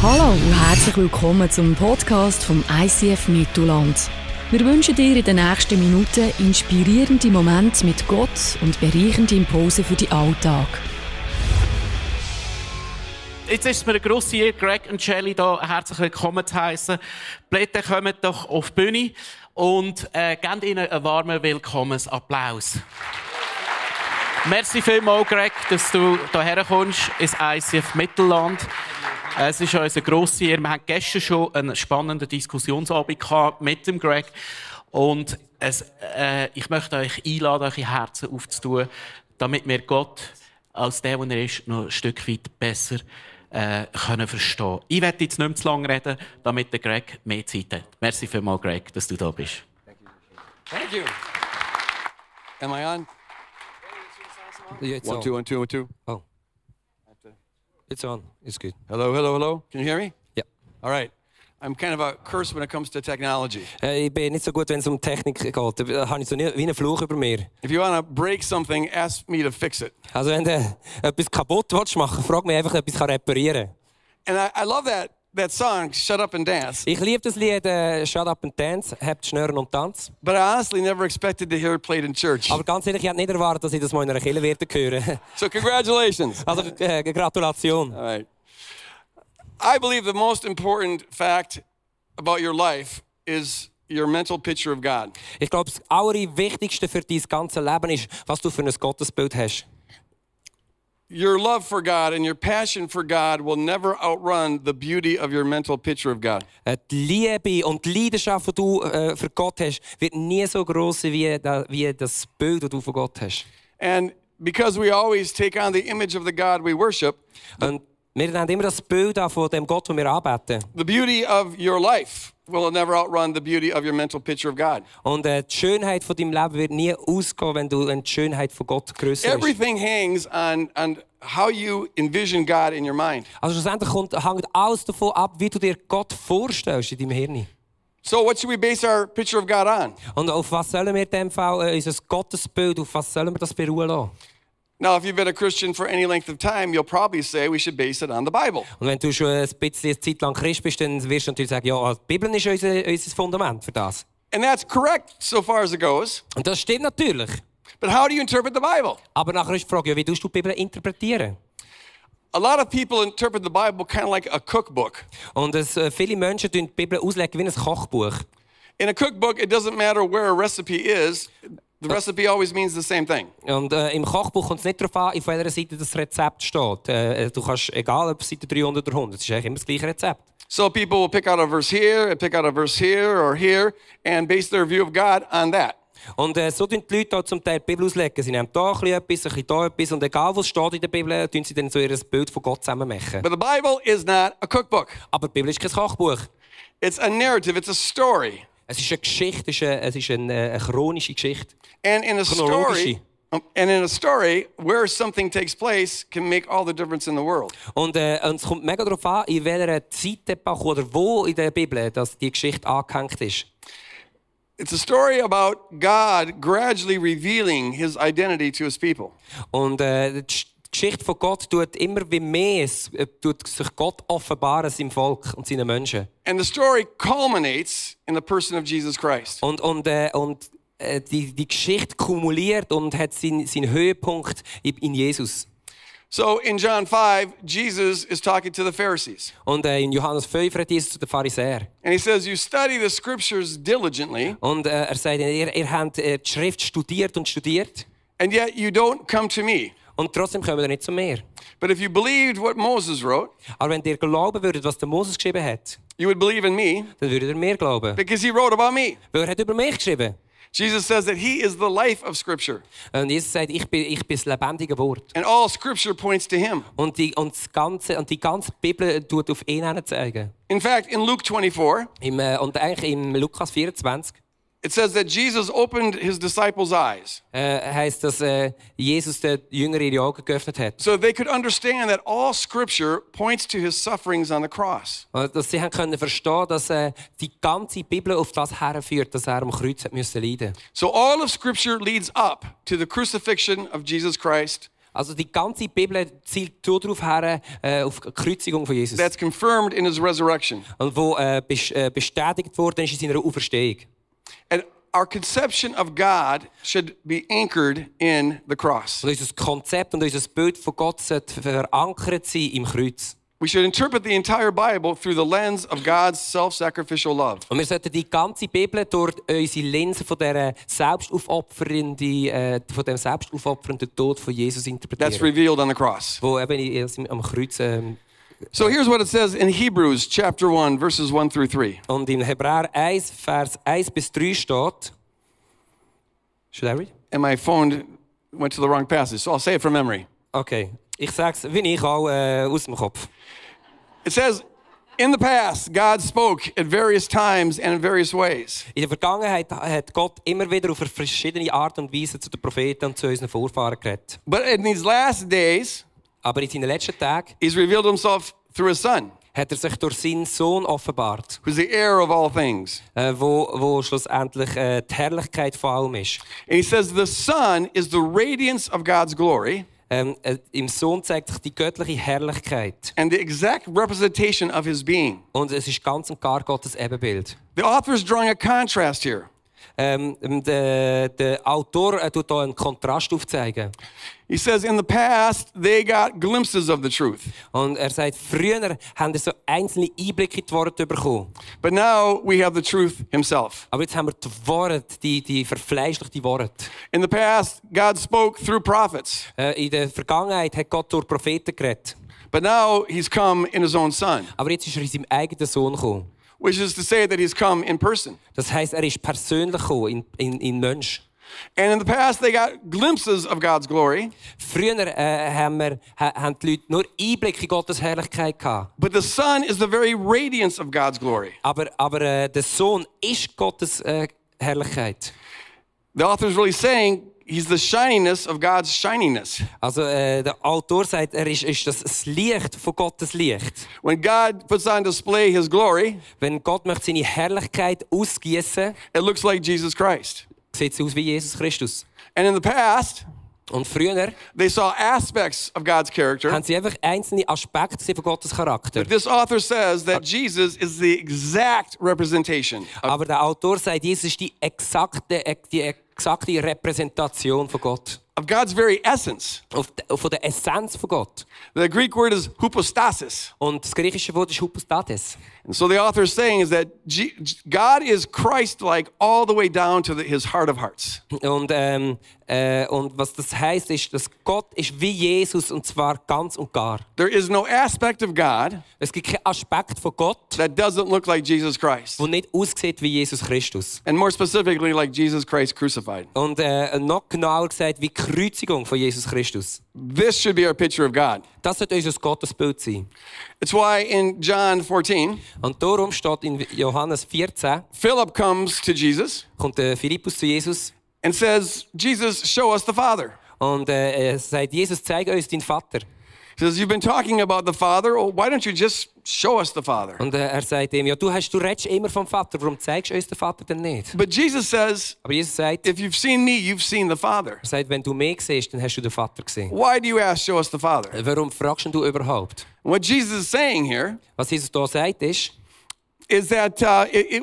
Hallo und herzlich willkommen zum Podcast vom ICF Mittelland. Wir wünschen dir in den nächsten Minuten inspirierende Momente mit Gott und bereichende Impulse für den Alltag. Jetzt ist es mir eine grosse Ehre, Greg und Shelley hier herzlich willkommen zu heißen. Bitte kommt doch auf die Bühne und äh, gebt ihnen einen warmen Willkommensapplaus. Merci vielmals, Greg, dass du hierher kommst ins ICF Mittelland. Es ist uns eine grosse Ehre. Wir hatten gestern schon einen spannenden Diskussionsabend gehabt mit dem Greg. Und es, äh, ich möchte euch einladen, eure Herzen aufzutun, damit wir Gott als der, der er ist, noch ein Stück weit besser äh, können verstehen Ich werde jetzt nicht mehr zu lange reden, damit der Greg mehr Zeit hat. Merci vielmals, Greg, dass du da bist. Thank you. Am I on? Yeah, it's One, on. two, one, two, one, two. Oh. It's on. It's good. Hello, hello, hello. Can you hear me? Ja. All right. I'm kind of a curse when it comes to technology. Äh, ich bin nicht so gut, wenn es um Technik geht. Da habe ich so nie, wie einen Fluch über mir. If you want to break something, ask me to fix it. Also wenn du etwas kaputt willst machen, frag mich einfach, ob ich es kann reparieren kann. And I, I love that that song, "Shut Up and Dance." Ich liebe das Lied äh, «Shut up and dance», «Habt Schnörren und Tanz». But I honestly never expected to hear it played in church. Aber ganz ehrlich, ich hätte nicht erwartet, dass ich das mal in einer Kirche werde hören. So congratulations. Also äh, Gratulation. All right. I believe the most important fact about your life is your mental picture of God. Ich glaube, das Allerwichtigste für dein ganzes Leben ist, was du für ein Gottesbild hast. Your love for God and your passion for God will never outrun the beauty of your mental picture of God. Äh, Die Liebe und die Leidenschaft, die du äh, für Gott hast, wird nie so groß sein wie, da- wie das Bild, das du von Gott hast. And because we always take on the image of the God we worship, Und wir nehmen immer das Bild an von dem Gott, den wir anbeten. the beauty of your life will never outrun the beauty of your mental picture of God. Und äh, die Schönheit von deinem Leben wird nie ausgehen, wenn du wenn die Schönheit von Gott größer ist. Everything hangs on, on how you envision God in your mind. Also schlussendlich kommt, hängt alles davon ab, wie du dir Gott vorstellst in deinem Hirn. So, what should we base our picture of God on? Und auf was sollen wir in dem Fall äh, unser Gottesbild, auf was sollen wir das beruhen lassen? Now, if you've been a Christian for any length of time, you'll probably say we should base it on the Bible. Und wenn du schon ein bisschen eine Zeit lang Christ bist, dann wirst du natürlich sagen, ja, die Bibel ist unser, unser Fundament für das. And that's correct so far as it goes. Und das stimmt natürlich. But how do you interpret the Bible? Aber nachher ist die Frage, ja, wie tust du die Bibel interpretieren? A lot of people interpret the Bible kind of like a cookbook. Und es, äh, viele Menschen tun die Bibel auslegen wie ein Kochbuch. In a cookbook, it doesn't matter where a recipe is, the recipe always means the same thing. Und äh, im Kochbuch kommt es nicht darauf an, auf welcher Seite das Rezept steht. Äh, du kannst, egal ob Seite 300 oder 100, es ist eigentlich immer das gleiche Rezept. So people will pick out a verse here and pick out a verse here or here and base their view of God on that. Und äh, so tun die Leute auch zum Teil die Bibel auslegen. Sie nehmen da ein bisschen etwas, ein bisschen da etwas. Und egal, was steht in der Bibel, tun sie dann so ihr Bild von Gott zusammen machen. But the Bible is not a cookbook. Aber die Bibel ist kein Kochbuch. It's a narrative, it's a story. Es ist eine Geschichte, es ist eine, es ist eine, äh, eine chronische Geschichte. And in a story, Chronology. um, and in a story where something takes place can make all the difference in the world. Und, äh, und es kommt mega darauf an, in welcher Zeitepoche oder wo in der Bibel dass die Geschichte angehängt ist. It's a story about God gradually revealing his identity to his people. Und äh, die Sch- die Geschichte von Gott tut immer wie mehr, es, äh, tut sich Gott offenbaren seinem Volk und seinen Menschen. And the story culminates in the person of Jesus Christ. Und, und, äh, und äh, die, die Geschichte kumuliert und hat seinen, seinen Höhepunkt in, in Jesus. So in John 5, Jesus is talking to the Pharisees. Und äh, in Johannes 5 redet Jesus zu den Pharisäern. And he says, You study the scriptures diligently, Und äh, er sagt, ihnen, ihr, ihr habt äh, die Schrift studiert und studiert and yet you don't come to me. und trotzdem kommen ihr nicht zu mir. But if you believed what Moses wrote, Aber wenn ihr glauben würdet, was der Moses geschrieben hat, you would believe in me dann würdet ihr mir glauben. because he wrote about me. Weil er hat über mich geschrieben. Jesus says that he is the life of scripture, Und Jesus sagt, ich bin, ich bin das lebendige Wort. and all scripture points to him. Und die, und das ganze, und die ganze Bibel tut auf ihn hinzeigen. In fact, in Luke 24, Im, äh, und eigentlich im Lukas 24 it says that Jesus opened his disciples' eyes äh, heißt, dass äh, Jesus den Jünger ihre Augen geöffnet hat. so they could understand that all scripture points to his sufferings on the cross. Und dass sie haben können verstehen, dass äh, die ganze Bibel auf das herführt, dass er am Kreuz hat müssen leiden. So all of scripture leads up to the crucifixion of Jesus Christ Also die ganze Bibel zielt nur darauf her, äh, auf die Kreuzigung von Jesus. that's confirmed in his resurrection. und wo äh, bes- äh, bestätigt worden ist in seiner Auferstehung. And our conception of God should be anchored in the cross. Und unser Konzept und unser Bild von Gott sollte verankert sein im Kreuz. We should interpret the entire Bible through the lens of God's self sacrificial love. Und wir sollten die ganze Bibel durch unsere Linse von dieser selbstaufopfernden, äh, von dem selbstaufopfernden Tod von Jesus That's interpretieren. revealed on the cross. Wo eben erst am Kreuz ähm, So here's what it says in Hebrews chapter 1, verses 1 through 3. und in Hebräer 1, Vers 1 bis 3 steht. Should I read? And my phone went to the wrong passage, so I'll say it from memory. Okay. Ich sag's wie ich auch äh, aus dem Kopf. It says, In the past, God spoke at various times and in various ways. In der Vergangenheit hat Gott immer wieder auf verschiedene Art und Weise zu den Propheten und zu unseren Vorfahren geredet. But in these last days, Aber in seinen letzten Tagen He's revealed Himself through His Son, hat er sich durch seinen Sohn offenbart, who's the heir of all things. äh, wo, wo schlussendlich äh, die Herrlichkeit vor allem ist. And He says, The Son is the radiance of God's glory Ähm, äh, Im Sohn zeigt sich die göttliche Herrlichkeit. and the exact representation of His being. Und es ist ganz und gar Gottes Ebenbild. The author is drawing a contrast here. Ähm, ähm, der, der Autor äh, tut hier einen Kontrast aufzeigen. He says, In the past, they got glimpses of the truth, Und er sagt, früher haben wir so einzelne Einblicke in die Worte bekommen. but now we have the truth Himself. Aber jetzt haben wir die Worte, die, die verfleischlichte Worte. In the past, God spoke through prophets, Äh, in der Vergangenheit hat Gott durch Propheten geredet. but now He's come in His own Son, Aber jetzt ist er in seinem eigenen Sohn gekommen. which is to say that He's come in person. Das heißt, er ist persönlich gekommen, in, in, in Mensch. And in the past, they got glimpses of God's glory, Früher äh, haben, wir, ha, haben die Leute nur Einblick in Gottes Herrlichkeit gehabt. but the Son is the very radiance of God's glory. Aber, aber äh, der Sohn ist Gottes äh, Herrlichkeit. The author is really saying He's the shininess of God's shininess. Also äh, der Autor sagt, er ist, ist das, das Licht von Gottes Licht. When God puts on display His glory, Wenn Gott möchte seine Herrlichkeit ausgießen, it looks like Jesus Christ. sieht es aus wie Jesus Christus. And in the past, Und früher they saw aspects of God's character. haben sie einfach einzelne Aspekte gesehen von Gottes Charakter. This author says that Jesus is the exact representation. Aber der Autor sagt, Jesus ist die exakte, äh, die exakte Repräsentation von Gott. of God's very essence. Auf de- Von der Essenz von Gott. The Greek word is hypostasis. Und das griechische Wort ist Hypostates. And so the author is saying is that G- God is Christ like all the way down to the, his heart of hearts. Und, ähm, äh, und was das heißt, ist, dass Gott ist wie Jesus und zwar ganz und gar. There is no aspect of God Es gibt keinen Aspekt von Gott, that doesn't look like Jesus Christ. der nicht aussieht wie Jesus Christus. And more specifically, like Jesus Christ crucified. Und äh, noch genauer gesagt, wie die Kreuzigung von Jesus Christus. This should be our picture of God. Das sollte unser Gottesbild sein. It's why in John 14, Und darum steht in Johannes 14, Philip comes to Jesus kommt der Philippus zu Jesus and says, Jesus, show us the Father. und äh, er sagt, Jesus, zeig uns deinen Vater. He says, You've been talking about the Father. Well, why don't you just show us the Father? Und äh, er sagt ihm, ja, du, hast, du redest immer vom Vater, warum zeigst du uns den Vater denn nicht? But Jesus says, Aber Jesus sagt, er If you've seen me, you've seen the Father. sagt, wenn du mich siehst, dann hast du den Vater gesehen. Why do you ask, show us the Father? Warum fragst denn du überhaupt? What Jesus is saying here Was Jesus da sagt, ist, is that uh, it, it,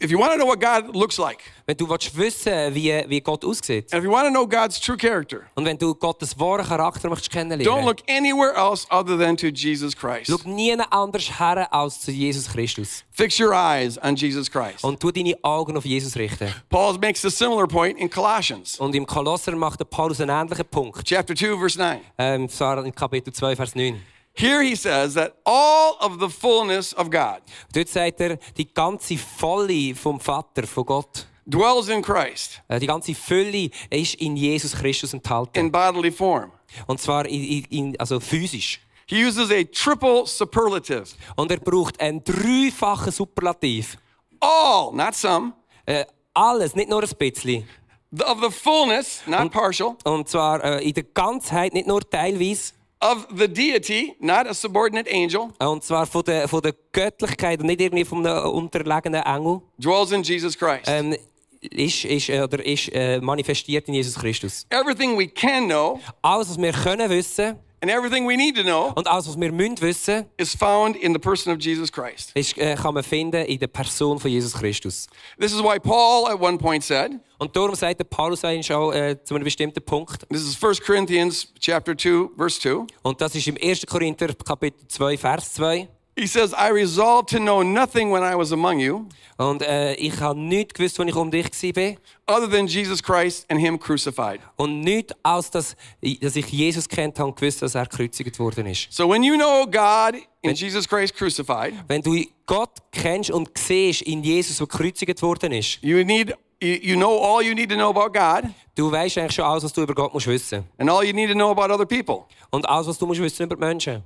if you want to know what God looks like, wenn du willst wissen wie, wie Gott aussieht and if you want to know God's true character, und wenn du Gottes wahren Charakter möchtest don't kennenlernen, look anywhere else other than to Jesus Christ. schau nie anders her als zu Jesus Christus Fix your eyes on Jesus Christ. und tu deine Augen auf Jesus richten. Paul makes a similar point in Colossians Und im Kolosser macht der Paulus einen ähnlichen Punkt, chapter 2 verse 9. ähm, Sarah in Kapitel 2, Vers 9. Here he says that all of the fullness of God Dort sagt er, die ganze Volle vom Vater, von Gott, dwells in Christ äh, die ganze Fülle ist in Jesus Christus enthalten. in bodily form. Und zwar in, in, in, also physisch. He uses a triple superlative. Und er braucht einen dreifachen Superlativ. All, not some, Äh, alles, nicht nur ein bisschen. th- of the fullness, not partial, Und zwar äh, in der Ganzheit, nicht nur teilweise. of the deity, not a subordinate angel, Äh, Und zwar von der, von der Göttlichkeit und nicht irgendwie vom äh, unterlegenen Engel. dwells in Jesus Christ. Ähm, ist, ist, äh, oder ist äh, manifestiert in Jesus Christus. Everything we can know Alles, was wir können wissen and everything we need to know und alles, was wir müssen wissen, is found in the person of Jesus Christ. ist, äh, kann man finden in der Person von Jesus Christus. This is why Paul at one point said, Und darum sagt der Paulus eigentlich auch äh, zu einem bestimmten Punkt, this is 1 Corinthians chapter 2 verse 2. und das ist im 1. Korinther Kapitel 2, Vers 2. He says, "I resolved to know nothing when I was among you Und äh, ich habe nichts gewusst, als ich um dich war. other than Jesus Christ and him crucified." Und nichts, als dass, dass ich Jesus kennt habe und gewusst, dass er gekreuzigt worden ist. So when you know God in Jesus Christ crucified, Wenn du Gott kennst und siehst in Jesus, der gekreuzigt worden ist, you need you you know all you need to know about God du weißt eigentlich schon alles, was du über Gott musst wissen and all you need to know about other people. Und alles, was du musst wissen über die Menschen.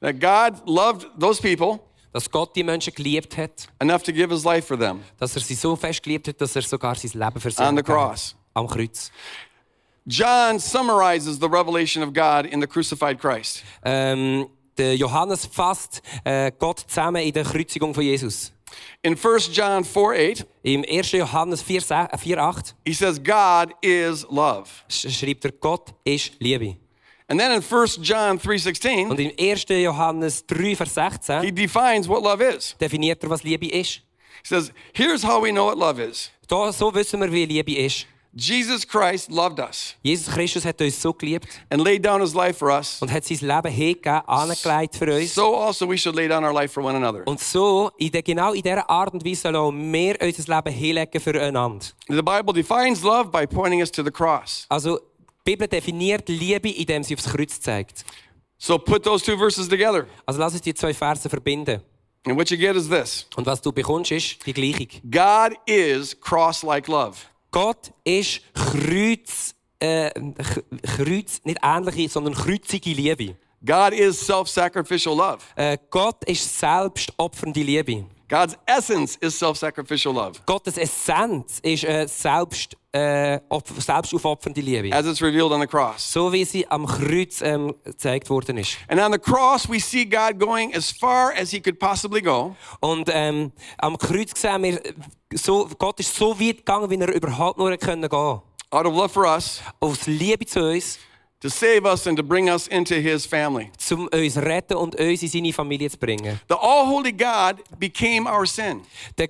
That God loved those people Dass Gott die Menschen geliebt hat, enough to give his life for them. dass er sie so fest geliebt hat, dass er sogar sein Leben für sie On the gegeben hat. cross. am Kreuz. John summarizes the revelation of God in the crucified Christ. Ähm, der Johannes fasst äh, Gott zusammen in der Kreuzigung von Jesus. In 1 John 4 8, Im 1. Johannes 4, se- äh, 4,8 he says, God is love. sch- schreibt er, Gott ist Liebe. And then in 1 John 3 16, Und im 1. Johannes 3, Vers he 16 defines what love is. definiert er, was Liebe ist. He says, Here's how we know what love is Da, so wissen wir, wie Liebe ist. Jesus Christ loved us Jesus Christus hat uns so geliebt and laid down his life for us. und hat sein Leben hingegeben, angelegt für uns. So also we should lay down our life for one another. Und so, in der, genau in dieser Art und Weise sollen auch wir unser Leben hinlegen füreinander. The Bible defines love by pointing us to the cross. Also, die Bibel definiert Liebe, indem sie aufs Kreuz zeigt. So put those two verses together. Also lass uns die zwei Verse verbinden. And what you get is this Und was du bekommst, ist die Gleichung. God is cross like love. Gott ist Kreuz, äh, K- Kreuz, nicht ähnliche, sondern kreuzige Liebe. God is self sacrificial love. Äh, Gott ist selbst opfernde Liebe. God's essence is self sacrificial love, Gottes Essenz ist äh, selbst, äh, opf- selbst aufopfernde Liebe. as it's revealed on the cross. So wie sie am Kreuz ähm, gezeigt worden ist. And on the cross, we see God going as far as he could possibly go Und ähm, am Kreuz sehen wir, äh, so, Gott ist so weit gegangen, wie er überhaupt nur hätte können gehen. out of love for us Aus Liebe zu uns, to save us and to bring us into his family. um uns zu retten und uns in seine Familie zu bringen. The all holy God became our sin. Der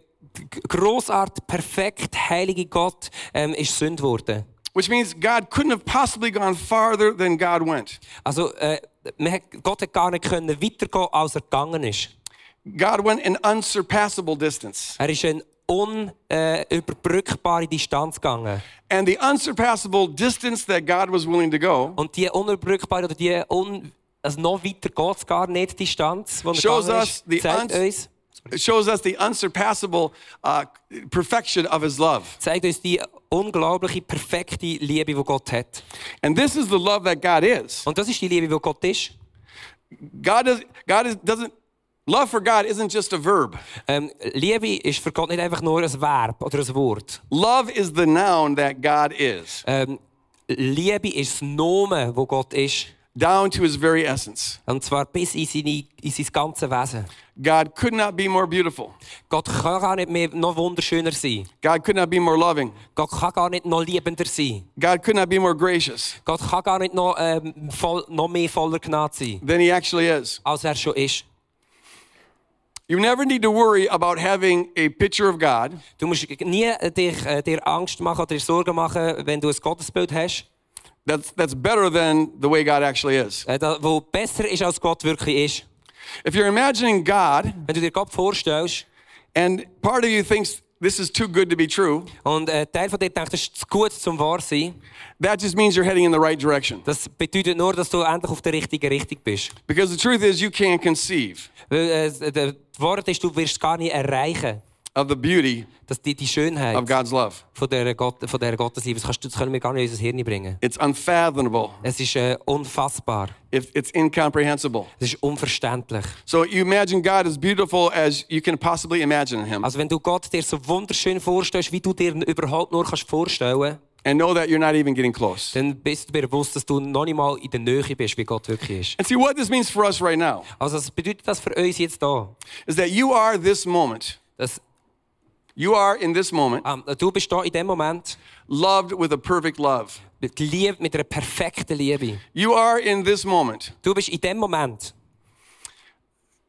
großart perfekt heilige Gott ähm, ist Sünd geworden. Which means God couldn't have possibly gone farther than God went. Also äh, man hat, Gott hat gar nicht können weitergehen, als er gegangen ist. God went an unsurpassable distance. Er ist eine unüberbrückbare Distanz gegangen. And the unsurpassable distance that God was willing to go Und die unüberbrückbare oder die un, also noch weiter geht's gar nicht Distanz, die er Shows gegangen us the ist, zeigt uns- uns, shows us the unsurpassable uh, perfection of his love. zeigt uns die unglaubliche perfekte Liebe, die Gott hat. And this is the love that God is. Und das ist die Liebe, die Gott ist. God does God is, doesn't love for God isn't just a verb. Ähm, Liebe ist für Gott nicht einfach nur ein Verb oder ein Wort. Love is the noun that God is, Ähm, Liebe ist das Nomen, wo Gott ist. down to his very essence. Und zwar bis in, seine, in sein ganzes Wesen. God could not be more beautiful. Gott kann gar nicht mehr noch wunderschöner sein. God could not be more loving. Gott kann gar nicht noch liebender sein. God could not be more gracious Gott kann gar nicht noch, ähm, voll, noch mehr voller Gnade sein, than he actually is. als er schon ist. You never need to worry about having a picture of God Du musst nie äh, dich, äh, dir Angst machen oder dir Sorgen machen, wenn du ein Gottesbild hast, that's, that's better than the way God actually is. äh, da- wo besser ist, als Gott wirklich ist. If you're imagining God Wenn du dir Gott vorstellst And part of you thinks this is too good to be true. und äh, Teil von dir denkt, das ist zu gut zum wahr sein, That just means you're heading in the right direction. das bedeutet nur, dass du endlich auf der richtigen Richtung bist. Because the truth is, you can't conceive Weil äh, der- das Wort ist, du wirst gar nicht erreichen, of the beauty dass die, die of Schönheit God's love. von der Gott, von der Gottesliebe, das, kannst, du- das können wir gar nicht in unser Hirn bringen. It's unfathomable, Es ist äh, unfassbar. If- it's incomprehensible. Es ist unverständlich. So you imagine God as beautiful as you can possibly imagine Him Also wenn du Gott dir so wunderschön vorstellst, wie du dir ihn überhaupt nur kannst vorstellen, and know that you're not even getting close. dann bist du dir bewusst, dass du noch nicht mal in der Nähe bist, wie Gott wirklich ist. And see, what this means for us right now Also was bedeutet das für uns jetzt da? is that you are this moment. Dass You are in this moment Ähm, du bist hier in dem Moment loved with a perfect love. geliebt mit einer perfekten Liebe. You are in this moment Du bist in dem Moment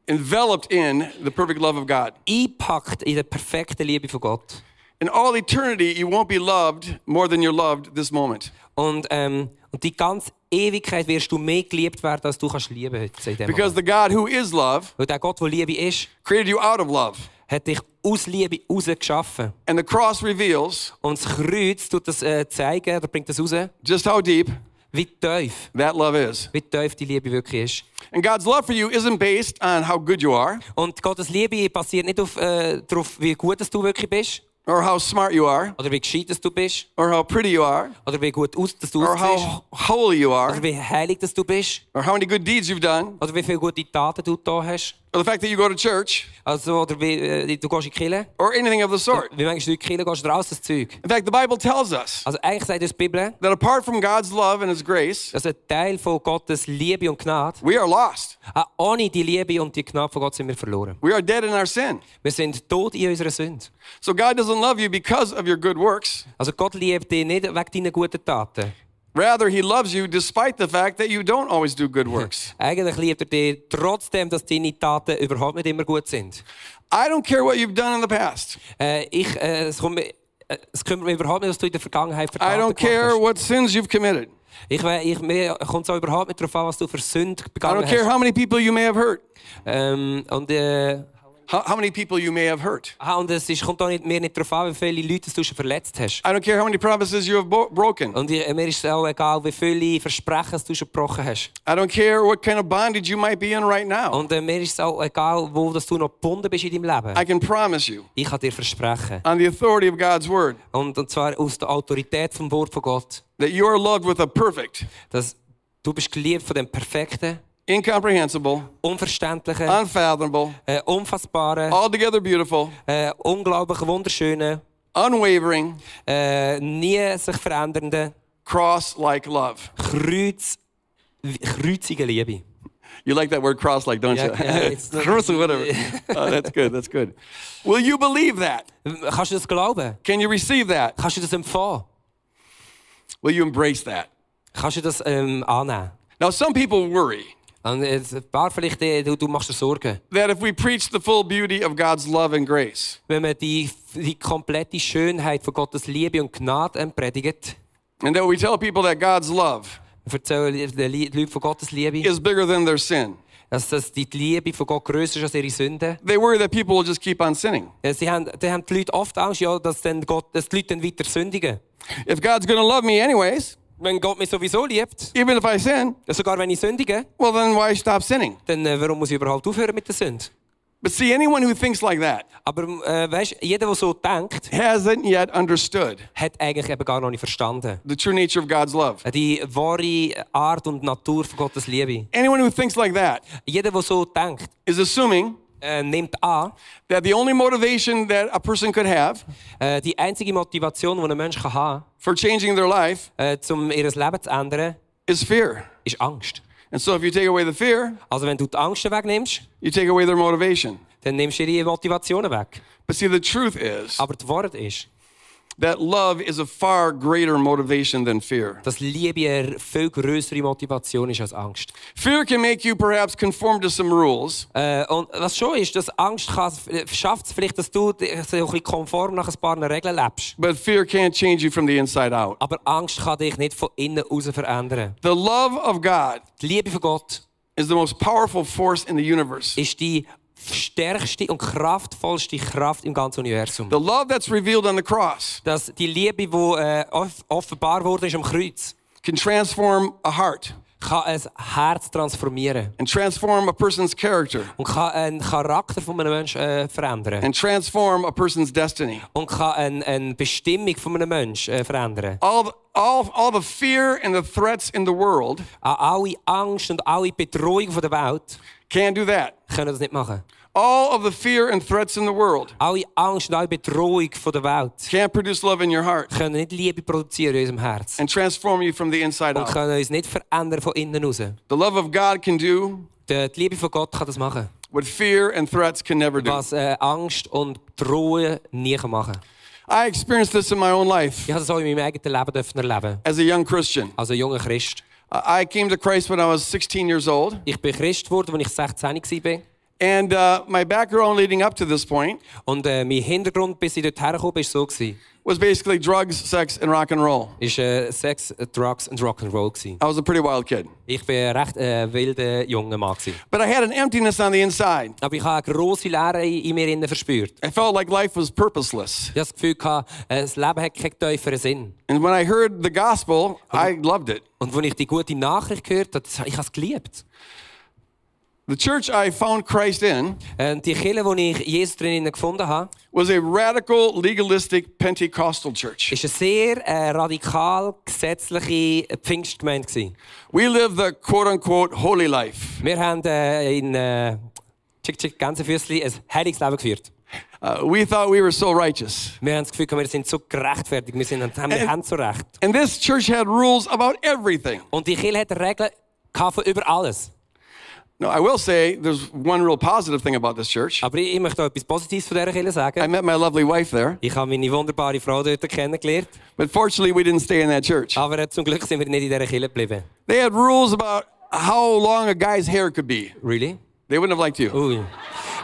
enveloped in the perfect love of God. eingepackt in der perfekten Liebe von Gott. In all eternity, you won't be loved more than you're loved this moment. Und, ähm, und die ganze Ewigkeit wirst du mehr geliebt werden, als du kannst lieben heute in dem Because Moment. the God who is love Weil der Gott, der Liebe ist, created you out of love. hat dich aus Liebe rausgeschaffen. And the cross reveals Und das Kreuz tut das äh, zeigen, oder bringt das raus, just how deep wie tief, that love is. wie tief die Liebe wirklich ist. And God's love for you isn't based on how good you are Und Gottes Liebe basiert nicht auf, äh, darauf, wie gut dass du wirklich bist, or how smart you are oder wie gescheit dass du bist, or how pretty you are oder wie gut aus, dass du or aussiehst, how holy you are oder wie heilig dass du bist, or how many good deeds you've done oder wie viele gute Taten du da hast, or the fact that you go to church also, oder wie äh, du gehst in die Kirche, or anything of the sort. wie manchmal du in die Kirche gehst oder alles das Zeug. In fact, the Bible tells us Also eigentlich sagt uns die Bibel, that apart from God's love and His grace, dass ein Teil von Gottes Liebe und Gnade, we are lost. auch ohne die Liebe und die Gnade von Gott sind wir verloren. We are dead in our sin. Wir sind tot in unserer Sünde. So God doesn't love you because of your good works. Also Gott liebt dich nicht wegen deiner guten Taten. Rather, He loves you despite the fact that you don't always do good works. Eigentlich liebt er dich trotzdem, dass deine Taten überhaupt nicht immer gut sind. I don't care what you've done in the past. Äh, ich, äh, es, kommt mir, äh, es kümmert mich überhaupt nicht, was du in der Vergangenheit für I Taten don't gemacht care hast. what sins you've committed. Ich, we- ich, mir kommt es auch überhaupt nicht darauf an, was du für Sünde I begangen don't care hast. how many people you may have hurt. Ähm, und, äh, How, how many people you may have hurt. aha, und es ist, kommt auch nicht, mir nicht darauf an, wie viele Leute du schon verletzt hast. I don't care how many promises you have bo- broken. Und ich, mir ist es auch egal, wie viele Versprechen du schon gebrochen hast. I don't care what kind of bondage you might be in right now. Und äh, mir ist es auch egal, wo dass du noch gebunden bist in deinem Leben. I can promise you, Ich kann dir versprechen. on the authority of God's word, Und, und zwar aus der Autorität vom Wort von Gott. that you are loved with a perfect, Dass du bist geliebt von dem perfekten, incomprehensible, unverständlichen, unfathomable, äh, unfassbaren, altogether beautiful, äh, unglaublich wunderschönen, unwavering, äh, nie sich verändernden, cross like love. kreuz, kreuzigen Liebe. You like that word cross like, don't Yeah, you? yeah, it's not- Cross or whatever. Oh, that's good. That's good. Will you believe that? Kannst du das glauben? Can you receive that? Kannst du das empfangen? Will you embrace that? Kannst du das ähm, annehmen? Now, some people worry Und jetzt ein paar vielleicht, äh, du, du machst dir Sorgen. that if we preach the full beauty of God's love and grace, Wenn man die, die komplette Schönheit von Gottes Liebe und Gnade ähm, predigt, and that we tell people that God's love erzählen den Lie- Leuten von Gottes Liebe. is bigger than their sin. dass das die Liebe von Gott grösser ist als ihre Sünden. They worry that people will just keep on sinning. Ja, Sie haben, da haben die Leute oft Angst, ja, dass, dann Gott, dass die Leute dann weiter sündigen. If God's going to love me anyways, Wenn Gott mich sowieso liebt, even if I sin, ja, sogar wenn ich sündige, well, then why stop sinning? dann äh, warum muss ich überhaupt aufhören mit der Sünde? But see, anyone who thinks like that Aber äh, weißt, jeder, der so denkt, hasn't yet understood hat eigentlich eben gar noch nicht verstanden. Äh, the true nature of God's love. Die wahre Art und Natur von Gottes Liebe. Anyone who thinks like that Jeder, der so denkt, is assuming äh, nimmt an, that the only motivation that a person could have äh, die einzige Motivation, die ein Mensch kann haben for changing their life kann, äh, um ihr Leben zu ändern, is fear. ist Angst. And so if you take away the fear, Also wenn du die Angst wegnimmst, you take away their motivation. dann nimmst du ihre Motivationen weg. But see, the truth is Aber das Wort ist, that love is a far greater motivation than fear. dass Liebe eine viel größere Motivation ist als Angst. Fear can make you perhaps conform to some rules, Äh, und was schon ist, dass Angst kann- äh, schafft es vielleicht, dass du dich so ein bisschen konform nach ein paar Regeln lebst. but fear can't change you from the inside out. Aber Angst kann dich nicht von innen heraus verändern. The love of God Die Liebe von Gott is the most powerful force in the universe. ist die stärkste und kraftvollste Kraft im ganzen Universum. The love that's revealed on the cross Dass die Liebe, die äh, off- offenbar wurde ist am Kreuz, can transform a heart kann ein Herz transformieren and transform a person's character und kann einen Charakter von einem Menschen äh, verändern. and transform a person's destiny. und kann eine, eine Bestimmung von einem Menschen äh, verändern. All the, all, all the fear and the threats in the world Auch alle Angst und alle Bedrohung von der Welt can't do that. können das nicht machen. All of the fear and threats in the world Alle Angst und alle Bedrohung von der Welt can't produce love in your heart können nicht Liebe produzieren in unserem Herz and transform you from the inside und out. können uns nicht verändern von innen raus. The love of God can do Die die Liebe von Gott kann das machen. what fear and threats can never do. was äh, Angst und Drohen nie machen kann. I experienced this in my own life Ich habe das auch in meinem eigenen Leben dürfen erleben. as a young Christian. Als Also, junger Christ. I I came to Christ when I was 16 years old, Ich bin Christ geworden, als ich 16 war. and uh, my background leading up to this point Und äh, mein Hintergrund, bis ich dorthin kam, war so. Gewesen. was basically drugs, sex, and rock and roll. ist äh, Sex, Drugs und Rock'n'Roll. Gewesen. I was a pretty wild kid, Ich war ein recht äh, wilder junger Mann. Gewesen. but I had an emptiness on the inside. Aber ich habe eine grosse Leere in, in mir innen verspürt. I felt like life was purposeless. Ich habe das Gefühl, gehabt, äh, das Leben hat keinen tieferen Sinn. And when I heard the gospel, I loved it. Und als ich die gute Nachricht gehört habe, das- ich habe es geliebt. The church I found Christ in Äh, die Kirche, die ich Jesus drinnen gefunden habe, was a radical, legalistic Pentecostal church. ist eine sehr äh, radikal gesetzliche Pfingstgemeinde. Gewesen. We live the quote unquote holy life. Wir haben äh, in äh, Tschick Tschick Gänsefüßli ein heiliges Leben geführt. Uh, we thought we were so righteous. Wir haben das Gefühl, gehabt, wir sind so gerechtfertigt, wir, sind, wir haben so recht. And this church had rules about everything. Und die Kirche hat Regeln gehabt von über alles. Now, I will say there's one real positive thing about this church. Aber ich, ich möchte auch etwas Positives von dieser Kirche I sagen. met my lovely wife there, Ich habe meine wunderbare Frau dort kennengelernt, but fortunately, we didn't stay in that church. aber äh, zum Glück sind wir nicht in dieser Kirche geblieben. They had rules about how long a guy's hair could be. Really? They wouldn't have liked you. Ui.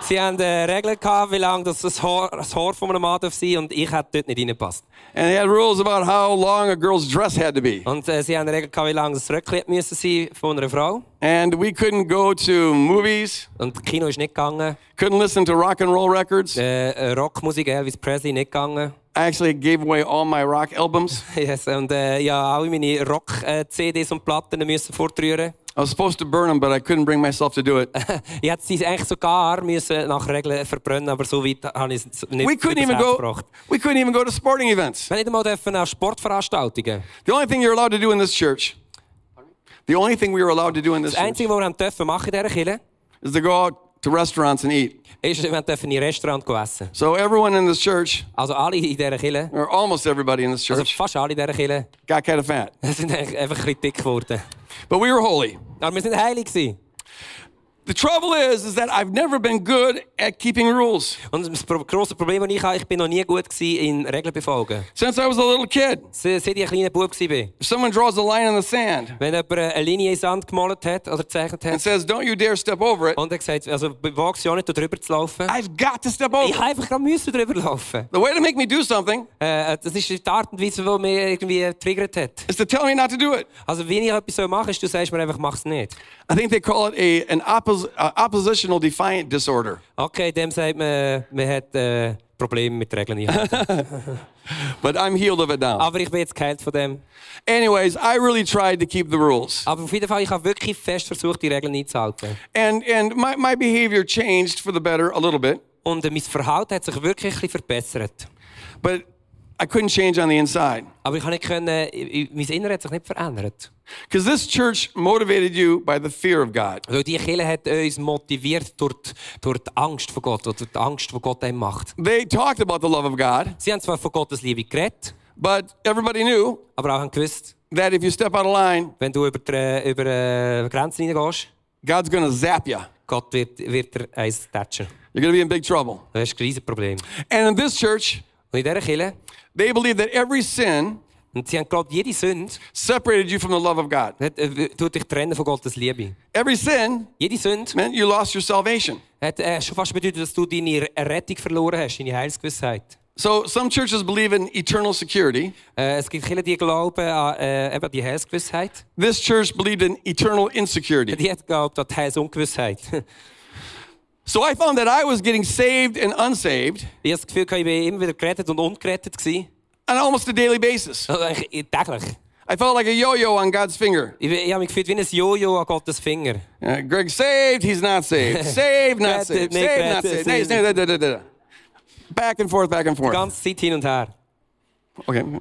Sie haben äh, Regeln gehabt, wie lange das, das, Haar, das Haar von einem Mann darf sein und ich hätte dort nicht reingepasst. And they had rules about how long a girl's dress had to be. Und äh, sie haben Regeln gehabt, wie lange das Röckchen hätte müssen sein von einer Frau. And we couldn't go to movies, Und das Kino ist nicht gegangen, couldn't listen to rock and roll records. äh, äh, Rockmusik, Elvis Presley nicht gegangen. I actually gave away all my rock albums. Yes. Und äh, ja, alle meine Rock-CDs und Platten müssen fortrühren. I was supposed to burn them, but I couldn't bring myself to do it. Ich hätte sie eigentlich sogar müssen nach Regeln verbrennen aber so weit habe ich es nicht We couldn't übers even Herz go. gebracht. We couldn't even go to sporting events. Wir haben nicht einmal dürfen an Sportveranstaltungen. The only thing you're allowed to do in this church, the only thing we were allowed to do in this Das church, Einzige, was wir haben dürfen machen in dieser Kirche, is to go out to restaurants and eat. ist, wir dürfen in Restaurant gehen essen. So everyone in this church, Also alle in dieser Kirche, or almost everybody in this also church, fast alle in dieser Kirche, got kind of fat. sind eigentlich einfach ein bisschen dick geworden. But we were holy. Aber wir sind heilig gewesen. The trouble is, is that I've never been good at keeping rules. Und das pro- grosse Problem, das ich hatte, ich bin noch nie gut gewesen in Regeln befolgen. Since I was a little kid, Se- Seit ich ein kleiner Bub war. if someone draws a line in the sand Wenn jemand eine Linie in den Sand gemalt hat oder gezeichnet and hat says, "Don't you dare step over it," und er gesagt also wagst ja nicht, da drüber zu laufen. I've got to step Ich over. it. habe einfach gerade müssen drüber laufen. The way to make me do something Äh, das ist die Art und Weise, die mich irgendwie triggert hat. is to tell me not to do it. Also, wenn ich etwas machen soll, ist, du sagst mir einfach, mach's nicht. I think they call it a an oppos- uh, oppositional defiant disorder. Okay, dem sagt man, man hat äh, Probleme mit Regeln. einhalten. But I'm healed of it now. Aber ich bin jetzt geheilt von dem. Anyways, I really tried to keep the rules. Aber auf jeden Fall, ich habe wirklich fest versucht, die Regeln einzuhalten. And and my, my behavior changed for the better a little bit, Und äh, mein Verhalten hat sich wirklich ein bisschen verbessert. but I couldn't change on the inside. Aber ich habe nicht können, äh, ich- mein Inneres hat sich nicht verändert. Because this church motivated you by the fear of God. Weil die Kirche hat uns motiviert durch die, durch die Angst vor Gott oder durch die Angst, die Gott einem macht. They talked about the love of God, Sie haben zwar von Gottes Liebe geredet, but everybody knew aber auch haben gewusst, that if you step out of line, Wenn du über die, äh, über äh, Grenzen hineingehst, God's going to zap you. Gott wird, wird dir eins tätschen. You're going to be in big trouble. Das ist ein riesiges Problem. And in this church, Und in dieser Kirche, they believed that every sin und sie haben geglaubt, jede Sünde separated you from the love of God. hat, äh, tut dich trennen von Gottes Liebe. Every sin Jede Sünde meant you lost your salvation. hat äh, schon fast bedeutet, dass du deine Re- Rettung verloren hast, deine Heilsgewissheit. So some churches believe in eternal security. Äh, es gibt Kirchen, die glauben an äh, eben die Heilsgewissheit. This church believed in eternal insecurity. Die hat geglaubt an die Heilsungewissheit. ich habe So I found that I was getting saved and unsaved das Gefühl, gehabt, ich bin immer wieder gerettet und ungerettet. Gewesen. on almost a daily basis. Also, eigentlich, äh, täglich. I felt like a yo-yo on God's finger. Ich, bin- ich habe mich gefühlt wie ein Jojo an Gottes Finger. Uh, Greg saved, he's not saved. Saved, not That's saved. it, Nick, Saved, not that's it, saved. Nay, saved. nay, da, da, da, da. Back and forth, back and Die forth. ganze Zeit hin und her. Okay. And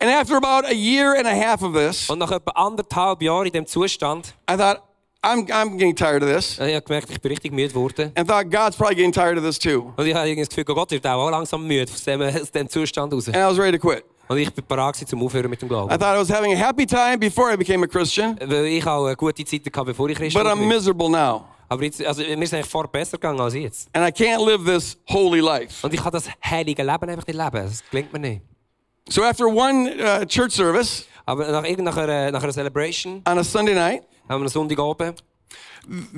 after about a year and a half of this, Und nach etwa anderthalb Jahren in diesem Zustand, I thought, I'm, I'm getting tired of this. äh, ich habe gemerkt, ich bin richtig müde geworden. And thought, God's probably getting tired of this too. Und ich habe irgendwie das Gefühl, Gott wird auch langsam müde aus dem, aus dem Zustand raus. And I was ready to quit. Und ich bin bereit gewesen, zum Aufhören mit dem I Glauben. thought I was having a happy time before I became a Christian, äh, Weil ich auch eine gute Zeit hatte, bevor ich Christ but I'm wurde. miserable now. Aber jetzt, also, mir ist es eigentlich far besser gegangen als jetzt. And I can't live this holy life. Und ich kann das heilige Leben einfach nicht leben. Das klingt mir nicht. So after one uh, church service Aber nach, irgend- nach, einer, nach einer Celebration, on a Sunday night, haben wir einen Sonntagabend,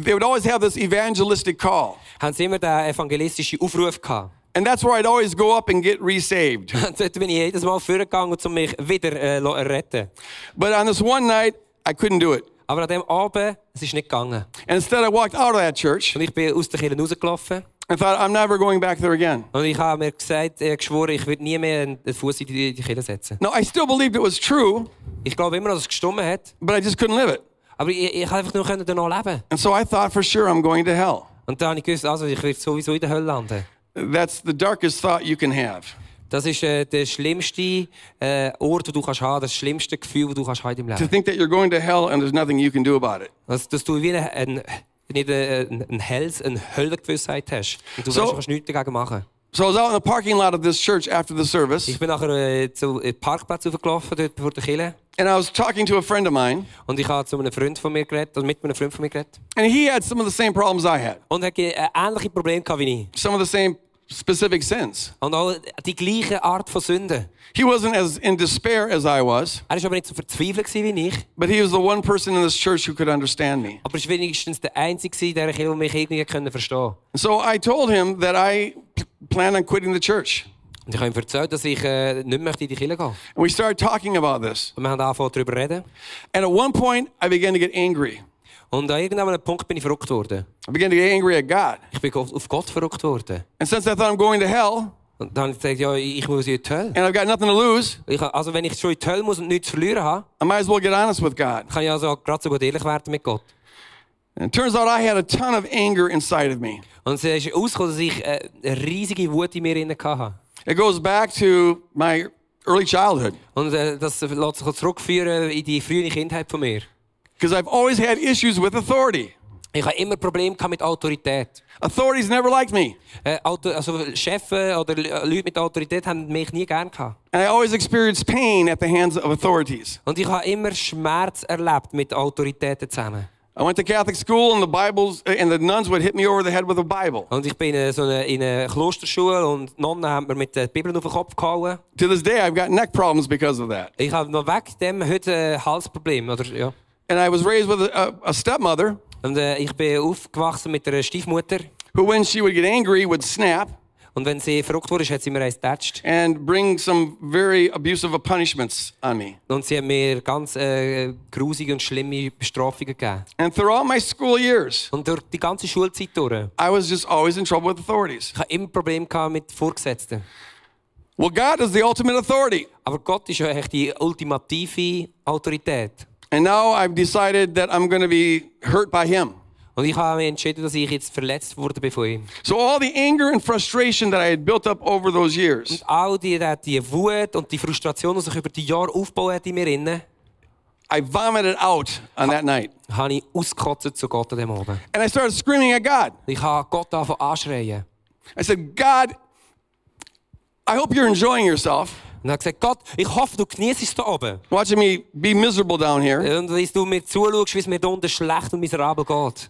they would always have this evangelistic call. haben sie immer den evangelistischen Aufruf gehabt. And that's where I'd always go up and get resaved. Und dort bin ich jedes Mal vorgegangen, um mich wieder äh, lo- retten. But on this one night, I couldn't do it. Aber an diesem Abend, es ist nicht gegangen. And instead, I walked out of that church Und ich bin aus der Kirche rausgelaufen. and thought, I'm never going back there again. Und ich habe mir gesagt, äh, geschworen, ich würde nie mehr einen Fuß in die, die Kirche setzen. No, I still believed it was true, Ich glaube immer noch, dass es gestummen hat. but I just couldn't live it. Aber ich, ich konnte einfach nur können danach leben. And so I thought for sure I'm going to hell. Und dann habe ich gewusst, also ich werde sowieso in der Hölle landen. That's the darkest thought you can have. Das ist äh, der schlimmste äh, Ort, den du kannst haben, das schlimmste Gefühl, das du kannst haben in deinem To Leben. think that you're going to hell and there's nothing you can do about it. Dass, dass du wie ein, ein, nicht ein, ein Hells, eine Höllengewissheit hast. Und du So- weißt, du kannst nichts dagegen machen. So I was out in the parking lot of this church after the Ich service, bin nachher äh, zu äh, Parkplatz hochgelaufen, dort vor der Kirche. and I was talking to a friend of mine, Und ich habe zu einem Freund von mir geredet, also mit einem Freund von mir geredet. and he had some of the same problems I had, Und er hatte äh, ähnliche Probleme gehabt wie ich. some of the same specific sins. Und auch die gleiche Art von Sünde. He wasn't as in despair as I was, Er war aber nicht so verzweifelt gewesen wie ich. but he was the one person in this church who could understand me. Aber er war wenigstens der Einzige, gewesen, der Kirche, der mich irgendwie können verstehen konnte. And so I told him that I p- plan on quitting the church. Und ich habe ihm erzählt, dass ich äh, nicht möchte in die Kirche gehen And we started talking about this. Und wir haben angefangen darüber zu reden. And at one point, I began to get angry. Und an irgendeinem Punkt bin ich verrückt worden. I began to get angry at God. Ich bin auf auf Gott verrückt worden. And since I thought I'm going to hell Und dann habe ich gesagt, ja, ich muss in die Hölle. and I've got nothing to lose, Ich, habe- also wenn ich schon in die Hölle muss und nichts zu verlieren habe, I might as well get honest with God. kann ich also gerade so gut ehrlich werden mit Gott. And it turns out I had a ton of anger inside of me. Und es ist herausgekommen, dass ich äh, eine riesige Wut in mir drin hatte. It goes back to my early childhood Und äh, das lässt sich zurückführen in die frühe Kindheit von mir. because I've always had issues with authority. Ich habe immer Probleme gehabt mit Autorität. Authorities never liked me, Äh, Auto also Chefs äh, oder Le- Leute mit Autorität haben mich nie gern gehabt. and I always experienced pain at the hands of authorities. Und ich habe immer Schmerz erlebt mit Autoritäten zusammen. I went to Catholic school, and the Bibles uh, and the nuns would hit me over the head with a Bible. Und ich bin in so eine, in einer Klosterschule und die Nonnen haben mir mit der Bibel auf den Kopf gehauen. To this day, I've got neck problems because of that. Ich habe noch weg dem heute ein Halsproblem. Oder, ja. And I was raised with a, a, a stepmother Und äh, ich bin aufgewachsen mit einer Stiefmutter. who, when she would get angry, would snap Und wenn sie verrückt wurde, hat sie mir eins getatscht. and bring some very abusive punishments on me. Und sie hat mir ganz äh, grusige und schlimme Bestrafungen gegeben. And throughout my school years, Und durch die ganze Schulzeit durch. I was just always in trouble with authorities. Ich hatte immer Probleme gehabt mit Vorgesetzten. Well, God is the ultimate authority. Aber Gott ist ja eigentlich die ultimative Autorität. And now I've decided that I'm going to be hurt by Him. Und ich habe mich entschieden, dass ich jetzt verletzt wurde bin von ihm. So all the anger and frustration that I had built up over those years, All die, die- die Wut und die Frustration, die sich über die Jahre aufgebaut hat in mir, inne, I vomited out on that night. habe ich ausgekotzt zu Gott an dem Abend. And I started screaming at God. Ich habe Gott angefangen anschreien. I said, God, I hope you're enjoying yourself, Und habe gesagt, Gott, ich hoffe, du genießt es da oben. watching me be miserable down here. Und dass du mir zuschaust, wie es mir da unten schlecht und miserabel geht.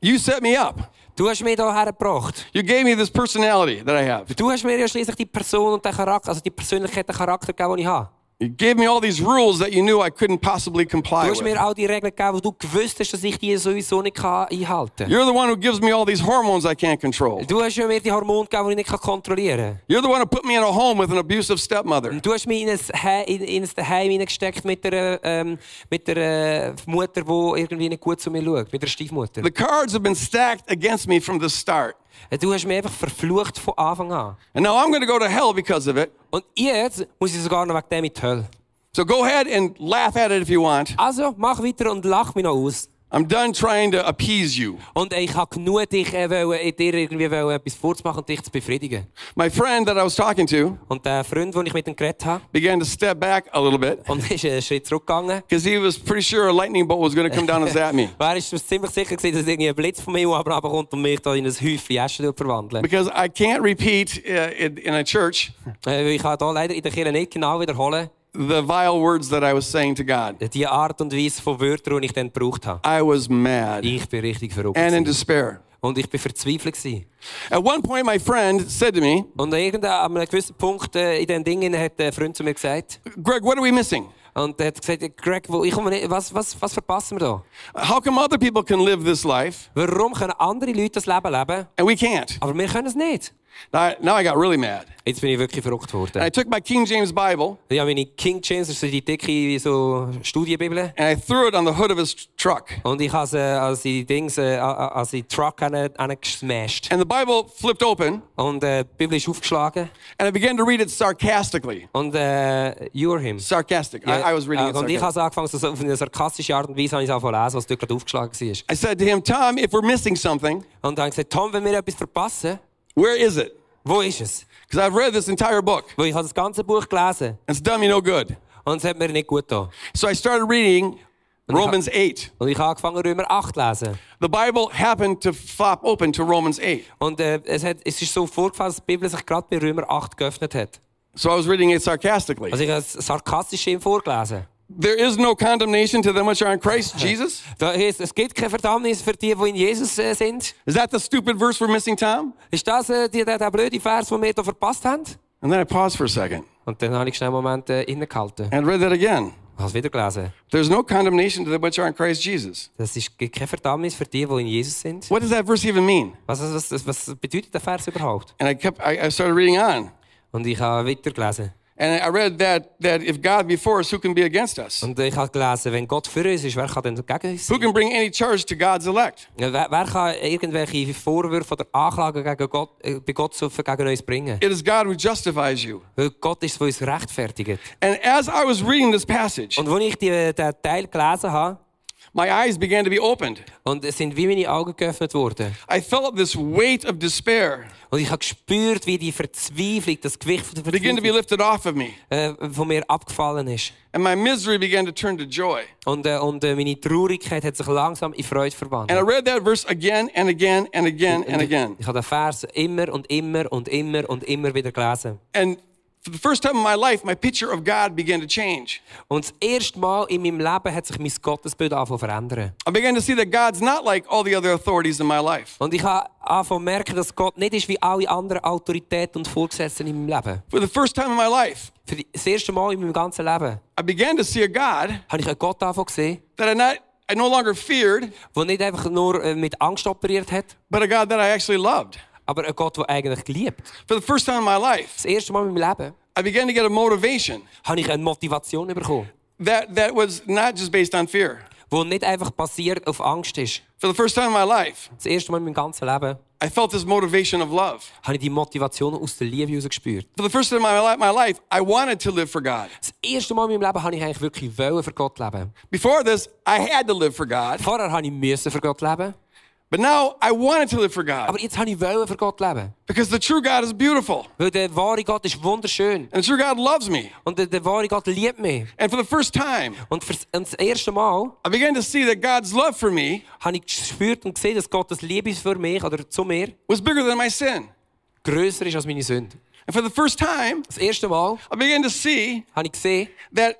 You set me up. Du hast mich hierher gebracht. You gave me this personality that I have. Du hast mir ja schließlich die Person und den Charakter, also die Persönlichkeit, den Charakter gegeben, den ich habe. You gave me all these rules that you knew I couldn't possibly comply Du hast with. mir all die Regeln gegeben, wo du gewusst hast, dass ich die sowieso nicht kann einhalten kann. You're the one who gives me all these hormones I can't control. Du hast ja mir die Hormone gegeben, die ich nicht kann kontrollieren You're the one who put me in a home with an abusive stepmother. kann. Du hast mich in ein, He in, in ein Heim hineingesteckt mit der, ähm, mit der äh, Mutter, die irgendwie nicht gut zu mir schaut, mit der Stiefmutter. The cards have been stacked against me from the start. Du hast mich einfach verflucht von Anfang an. And now I'm going to go to hell because of it. Und jetzt muss ich sogar noch wegen dem in die Hölle. So go ahead and laugh at it if you want. Also, mach weiter und lach mich noch aus. I'm done trying to appease you. Und ich habe genug, dich äh, wollen, dir irgendwie wollen, etwas vorzumachen und dich zu befriedigen. My friend that I was talking to Und der Freund, den ich mit ihm geredet habe, began to step back a little bit und ist einen Schritt zurückgegangen. because he was pretty sure a lightning bolt was going to come down and zap me Wer ist ziemlich sicher gewesen, dass irgendwie ein Blitz von mir oben runterkommt und mich da in ein Häufchen Asche verwandelt? because I can't repeat uh, in, in a church Äh, weil ich kann da leider in der Kirche nicht genau wiederholen, the vile words that I was saying to God. Die Art und Weise von Wörtern, die ich dann gebraucht habe. I was mad Ich bin richtig verrückt. and in gewesen. despair. Und ich bin verzweifelt. gewesen. At one point, my friend said to me, Und an irgendein- an einem gewissen Punkt äh, in diesen Dingen hat ein Freund zu mir gesagt, Greg, what are we missing? und er hat gesagt, Greg, wo, ich komme nicht, was, was, was verpassen wir da? How come other people can live this life Warum können andere Leute das Leben leben, and we can't? aber wir können es nicht? Now I, now I got really mad. Jetzt bin ich wirklich verrückt worden. And I took my King James Bible Ich habe meine King James, also die dicke so Studienbibel, and I threw it on the hood of his tr- truck. und ich habe sie als die Dings, äh, a- a- als die Truck ane- angesmashed. And the Bible flipped open Und äh, die Bibel ist aufgeschlagen and I began to read it sarcastically. und äh, you're him. Sarcastic. Ja, I, I was reading äh, it und ich sarcastic. habe angefangen, so, so auf eine sarkastische Art und Weise habe ich es angefangen zu lesen, was dort gerade aufgeschlagen war. I said to him, Tom, if we're missing something, Und dann habe ich gesagt, Tom, wenn wir etwas verpassen, where is it? wo ist es? Because I've read this entire book. Weil ich habe das ganze Buch gelesen It's done me no good. und es hat mir nicht gut getan. So I started reading Romans 8. Und ich habe angefangen, Römer 8 zu lesen. The Bible happened to flop open to Romans 8. Und äh, es, hat, es ist so vorgefallen, dass die Bibel sich gerade bei Römer 8 geöffnet hat. So I was reading it sarcastically. Also ich habe es sarkastisch ihm vorgelesen. There is no condemnation to them which are in Christ Jesus. Da ist, es gibt keine Verdammnis für die, die in Jesus äh, sind. Is that the stupid verse we're missing, Tom? Ist das äh, die, der, der blöde Vers, den wir hier verpasst haben? And then I paused for a second Und dann habe ich schnell einen Moment äh, innegehalten. and read that again. Ich habe es wieder gelesen. There's no condemnation to them which are in Christ Jesus. Das ist gibt keine Verdammnis für die, die in Jesus sind. What does that verse even mean? Was, was, was, was bedeutet der Vers überhaupt? And I kept, I, I started reading on. Und ich habe weitergelesen. And I read that, that if God be for us, who can be against us? Und äh, ich habe gelesen, wenn Gott für uns ist, wer kann denn gegen uns Who sein? can bring any charge to God's elect? Ja, Wer, wer kann irgendwelche Vorwürfe oder Anklagen gegen Gott, äh, bei Gott so gegen uns bringen? It is God who justifies you. Weil Gott ist, der uns rechtfertigt. And as I was reading this passage, Und als ich die, den Teil gelesen habe, my eyes began to be opened. und es sind wie meine Augen geöffnet worden. I felt this weight of despair Und ich habe gespürt, wie die Verzweiflung, das Gewicht von der begin to be Verzweiflung lifted off of me. äh, von mir abgefallen ist. And my misery began to turn to joy. Und, äh, und äh, meine Traurigkeit hat sich langsam in Freude verwandelt. And I read that verse again and again and again and again. Ich habe den Vers immer und immer und immer und immer wieder gelesen. And for the first time in my life, my picture of God began to change. Und das erste Mal in meinem Leben hat sich mein Gottesbild angefangen zu verändern. I began to see that God's not like all the other authorities in my life. Und ich habe angefangen zu merken, dass Gott nicht ist wie alle anderen Autoritäten und Vorgesetzten in meinem Leben. For the first time in my life, Für die- das erste Mal in meinem ganzen Leben I began to see a God habe ich einen Gott angefangen zu sehen, that I not I no longer feared, der nicht einfach nur äh, mit Angst operiert hat, but a God that I actually loved. aber einen Gott, der eigentlich liebt. For the first time in my life, Das erste Mal in meinem Leben I began to get a motivation habe ich eine Motivation bekommen, that, that was not just based on fear. die nicht einfach basiert auf Angst ist. For the first time in my life, Das erste Mal in meinem ganzen Leben I felt this motivation of love. habe ich die Motivation aus der Liebe heraus gespürt. For the first time in my li- my life, I wanted to live for God. Das erste Mal in meinem Leben habe ich eigentlich wirklich wollen für Gott leben. Before this, I had to live for God, Vorher habe ich müssen für Gott leben, but now I wanted to live for God aber jetzt habe ich wollen für Gott leben. because the true God is beautiful Weil der wahre Gott ist wunderschön and the true God loves me. und der, der wahre Gott liebt mich. And for the first time, Und, fürs, und das erste Mal I began to see that God's love for me habe ich gespürt und gesehen, dass Gottes Liebe für mich oder zu mir was bigger than my sin. größer ist als meine Sünde. And for the first time, Das erste Mal I began to see habe ich gesehen, that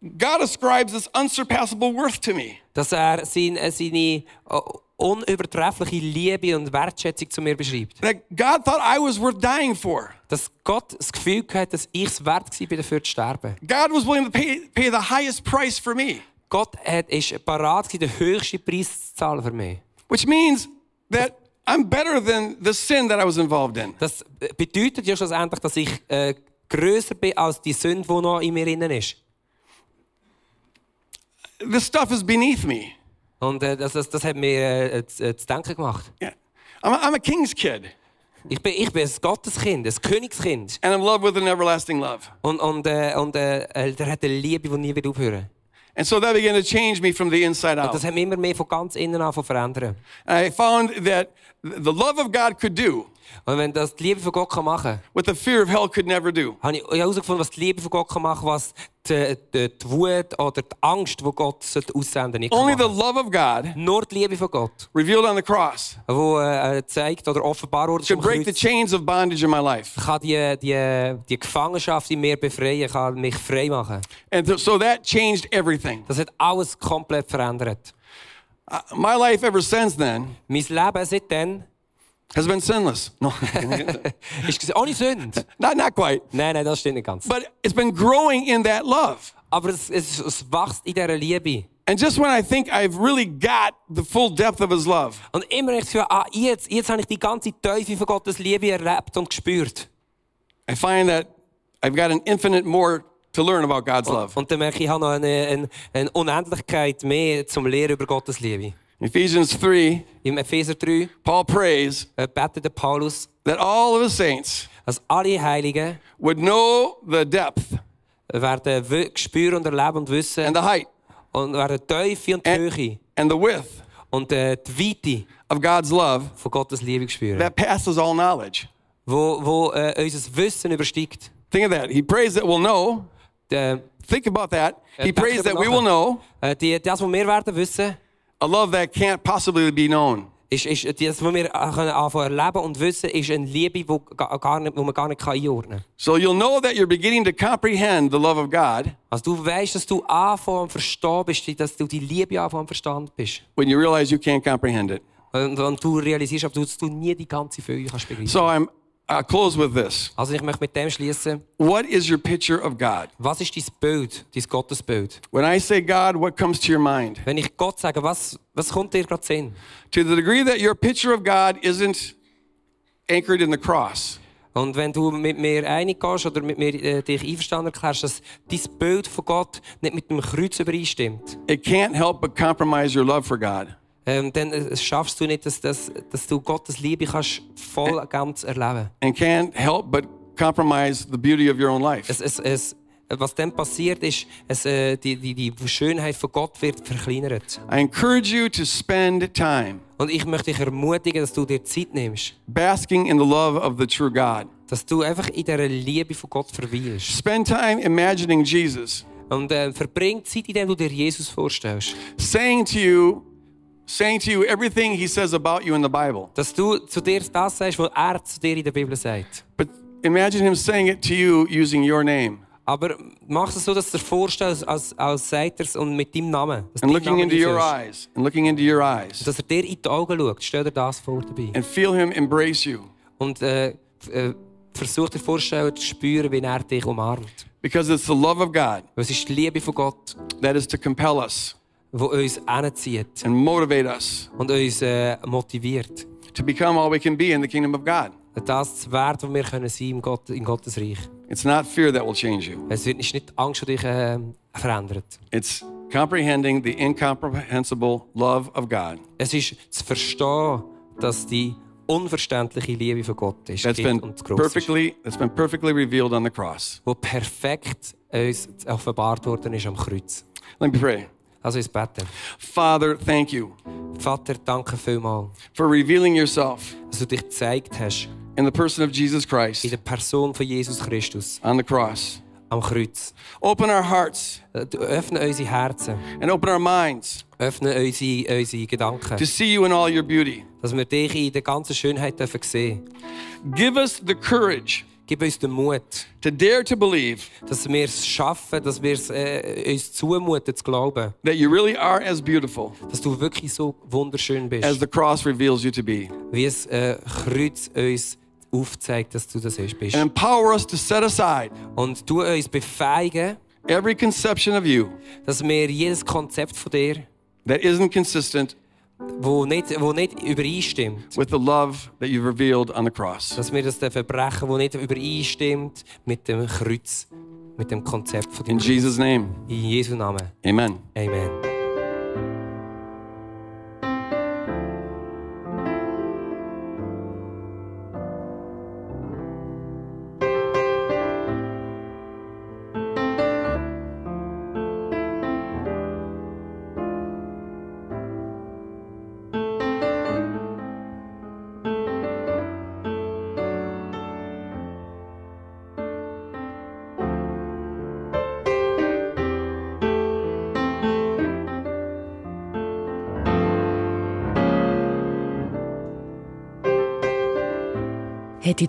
God ascribes this unsurpassable worth to me. dass er sein, äh, seine äh, unübertreffliche Liebe und Wertschätzung zu mir beschreibt. That God thought I was worth dying for. Dass Gott das Gefühl hatte, dass ich es wert war, dafür zu sterben. God was willing to pay, pay the highest price for me, Gott hat, ist parat, gewesen, den höchsten Preis zu zahlen für mich. which means that I'm better than the sin that I was involved in. Das bedeutet ja schlussendlich, dass ich äh, größer bin als die Sünde, die noch in mir drin ist. This stuff is beneath me. Und äh, das, das, das hat mir äh, äh, zu, äh, zu denken gemacht. Yeah. I'm, a, I'm a king's kid, Ich bin, ich bin ein Gotteskind, ein Königskind. and I'm loved with an everlasting love. Und, und, äh, und äh, äh, der hat eine Liebe, die nie wird aufhören And so that began to change me from the inside out. Das hat mich immer mehr von ganz innen an von verändern. And I found that th- the love of God could do Und wenn das die Liebe von Gott kann machen kann, what the fear of hell could never do. habe ich ich habe herausgefunden, was die Liebe von Gott kann machen kann, was die, die, die Wut oder die Angst, die Gott sollte aussenden nicht kann. Only the machen. love of God Nur die Liebe von Gott, revealed on the cross die äh, zeigt oder offenbar wurde could am break the Kreuz, chains of bondage in my life. kann die, die, die Gefangenschaft in mir befreien, kann mich frei machen. And th- so that changed everything. Das hat alles komplett verändert. Uh, My life ever since then Mein Leben seitdem has been sinless. No, ist ohne Sünde. not, not quite. Nein, nein, das stimmt nicht ganz. But it's been growing in that love. Aber es, es, es wächst in dieser Liebe. And just when I think I've really got the full depth of his love, Und immer habe ich das Gefühl, ah, jetzt, jetzt habe ich die ganze Teufel von Gottes Liebe erlebt und gespürt. I find that I've got an infinite more to learn about God's love. Und dann merke ich, ich habe noch eine, eine, eine Unendlichkeit mehr zum Lehren über Gottes Liebe. In Ephesians 3, Im Epheser 3 Paul prays äh, betet der Paulus, that all of his saints dass alle Heiligen would know the depth werden w- spüren und erleben und wissen and the height und werden die Teufel Äh. und die Höhe and, and the width und äh, die Weite of God's love von Gottes Liebe spüren, that passes all knowledge. wo, wo äh, unser Wissen übersteigt. Think of that. He prays that we'll know. Äh, Think about that. He Yeah, think prays that about we will that. know äh, die, das, was wir werden wissen, a love that can't possibly be known. ist, ist das, was wir äh, können anfangen erleben und wissen, ist eine Liebe, die ga- gar nicht, die man gar nicht kann einordnen kann. So you'll know that you're beginning to comprehend the love of God Also du weißt, dass du anfangen verstehen bist, dass du die Liebe anfangen verstanden bist. when you realize you can't comprehend it. Und, und du realisierst, aber du, dass du nie die ganze Fülle kannst begreifen. So I'm I'll close with this. Also ich möchte mit dem schließen. What is your picture of God? Was ist dein Bild, dein Gottesbild? When I say God, what comes to your mind? Wenn ich Gott sage, was, was kommt dir gerade in den Sinn? To the degree that your picture of God isn't anchored in the cross, Und wenn du mit mir einig gehst oder mit mir äh, dich einverstanden erklärst, dass dein Bild von Gott nicht mit dem Kreuz übereinstimmt, it can't help but compromise your love for God. ähm, dann äh, schaffst du nicht, dass, dass, dass du Gottes Liebe kannst voll Äh. und ganz erleben and can't help but compromise the beauty of your own life. es, es, es, was dann passiert ist, es, äh, die, die, die Schönheit von Gott wird verkleinert. I encourage you to spend time Und ich möchte dich ermutigen, dass du dir Zeit nimmst, basking in the love of the true God. dass du einfach in dieser Liebe von Gott verweilst. Spend time imagining Jesus Und äh, verbring Zeit, indem du dir Jesus vorstellst. saying to you, saying to you everything he says about you in the Bible. Dass du zu dir das sagst, was er zu dir in der Bibel sagt. But imagine him saying it to you using your name Aber mach es so, dass du dir vorstellst, als, als sagt er es und mit deinem Namen. Dass and dein looking Name into your einführst. eyes and looking into your eyes Dass er dir in die Augen schaut. Stell dir das vor dabei. and feel him embrace you Und äh, f- äh, versuch dir vorzustellen, zu spüren, wie er dich umarmt. because it's the love of God Weil Es ist die Liebe von Gott, that is to compel us die uns hinzieht and motivate us und uns äh, motiviert, to become all we can be in the kingdom of God. das zu werden, was wir können sein im Gott, in Gottes Reich. It's not fear that will change you. Es wird ist nicht die Angst, die dich äh, verändert. It's comprehending the incomprehensible love of God Es ist zu verstehen, dass die unverständliche Liebe von Gott ist that's gibt been und groß ist, perfectly that's been perfectly revealed on the cross. wo perfekt uns offenbart worden ist am Kreuz. Let me pray. Also ins Beten. Father, thank you Vater, danke vielmals, for revealing yourself dass du dich gezeigt hast in the person of Jesus in Christ der Person von Jesus Christus on the cross. am Kreuz. Open our hearts Äh, du- Öffne unsere Herzen. and open our minds Öffne unsere, unsere Gedanken, to see you in all your beauty. dass wir dich in der ganzen Schönheit dürfen sehen dürfen. Give us the courage Gib uns den Mut, to dare to believe dass wir es schaffen, dass wir es äh, uns zumuten zu glauben, that you really are as beautiful dass du wirklich so wunderschön as bist, the cross reveals you to be. wie es äh, Kreuz uns aufzeigt, dass du das ist, bist. And empower us to set aside Und du uns befähigen, every conception of you dass wir jedes Konzept von dir, that isn't consistent wo nicht, wo nicht übereinstimmt, with the love that you've revealed on the cross. dass wir das Verbrechen, wo nicht übereinstimmt, mit dem Kreuz, mit dem Konzept von In dem Kreuz. Jesus' name, In Jesu Namen. amen. Amen. Hat dich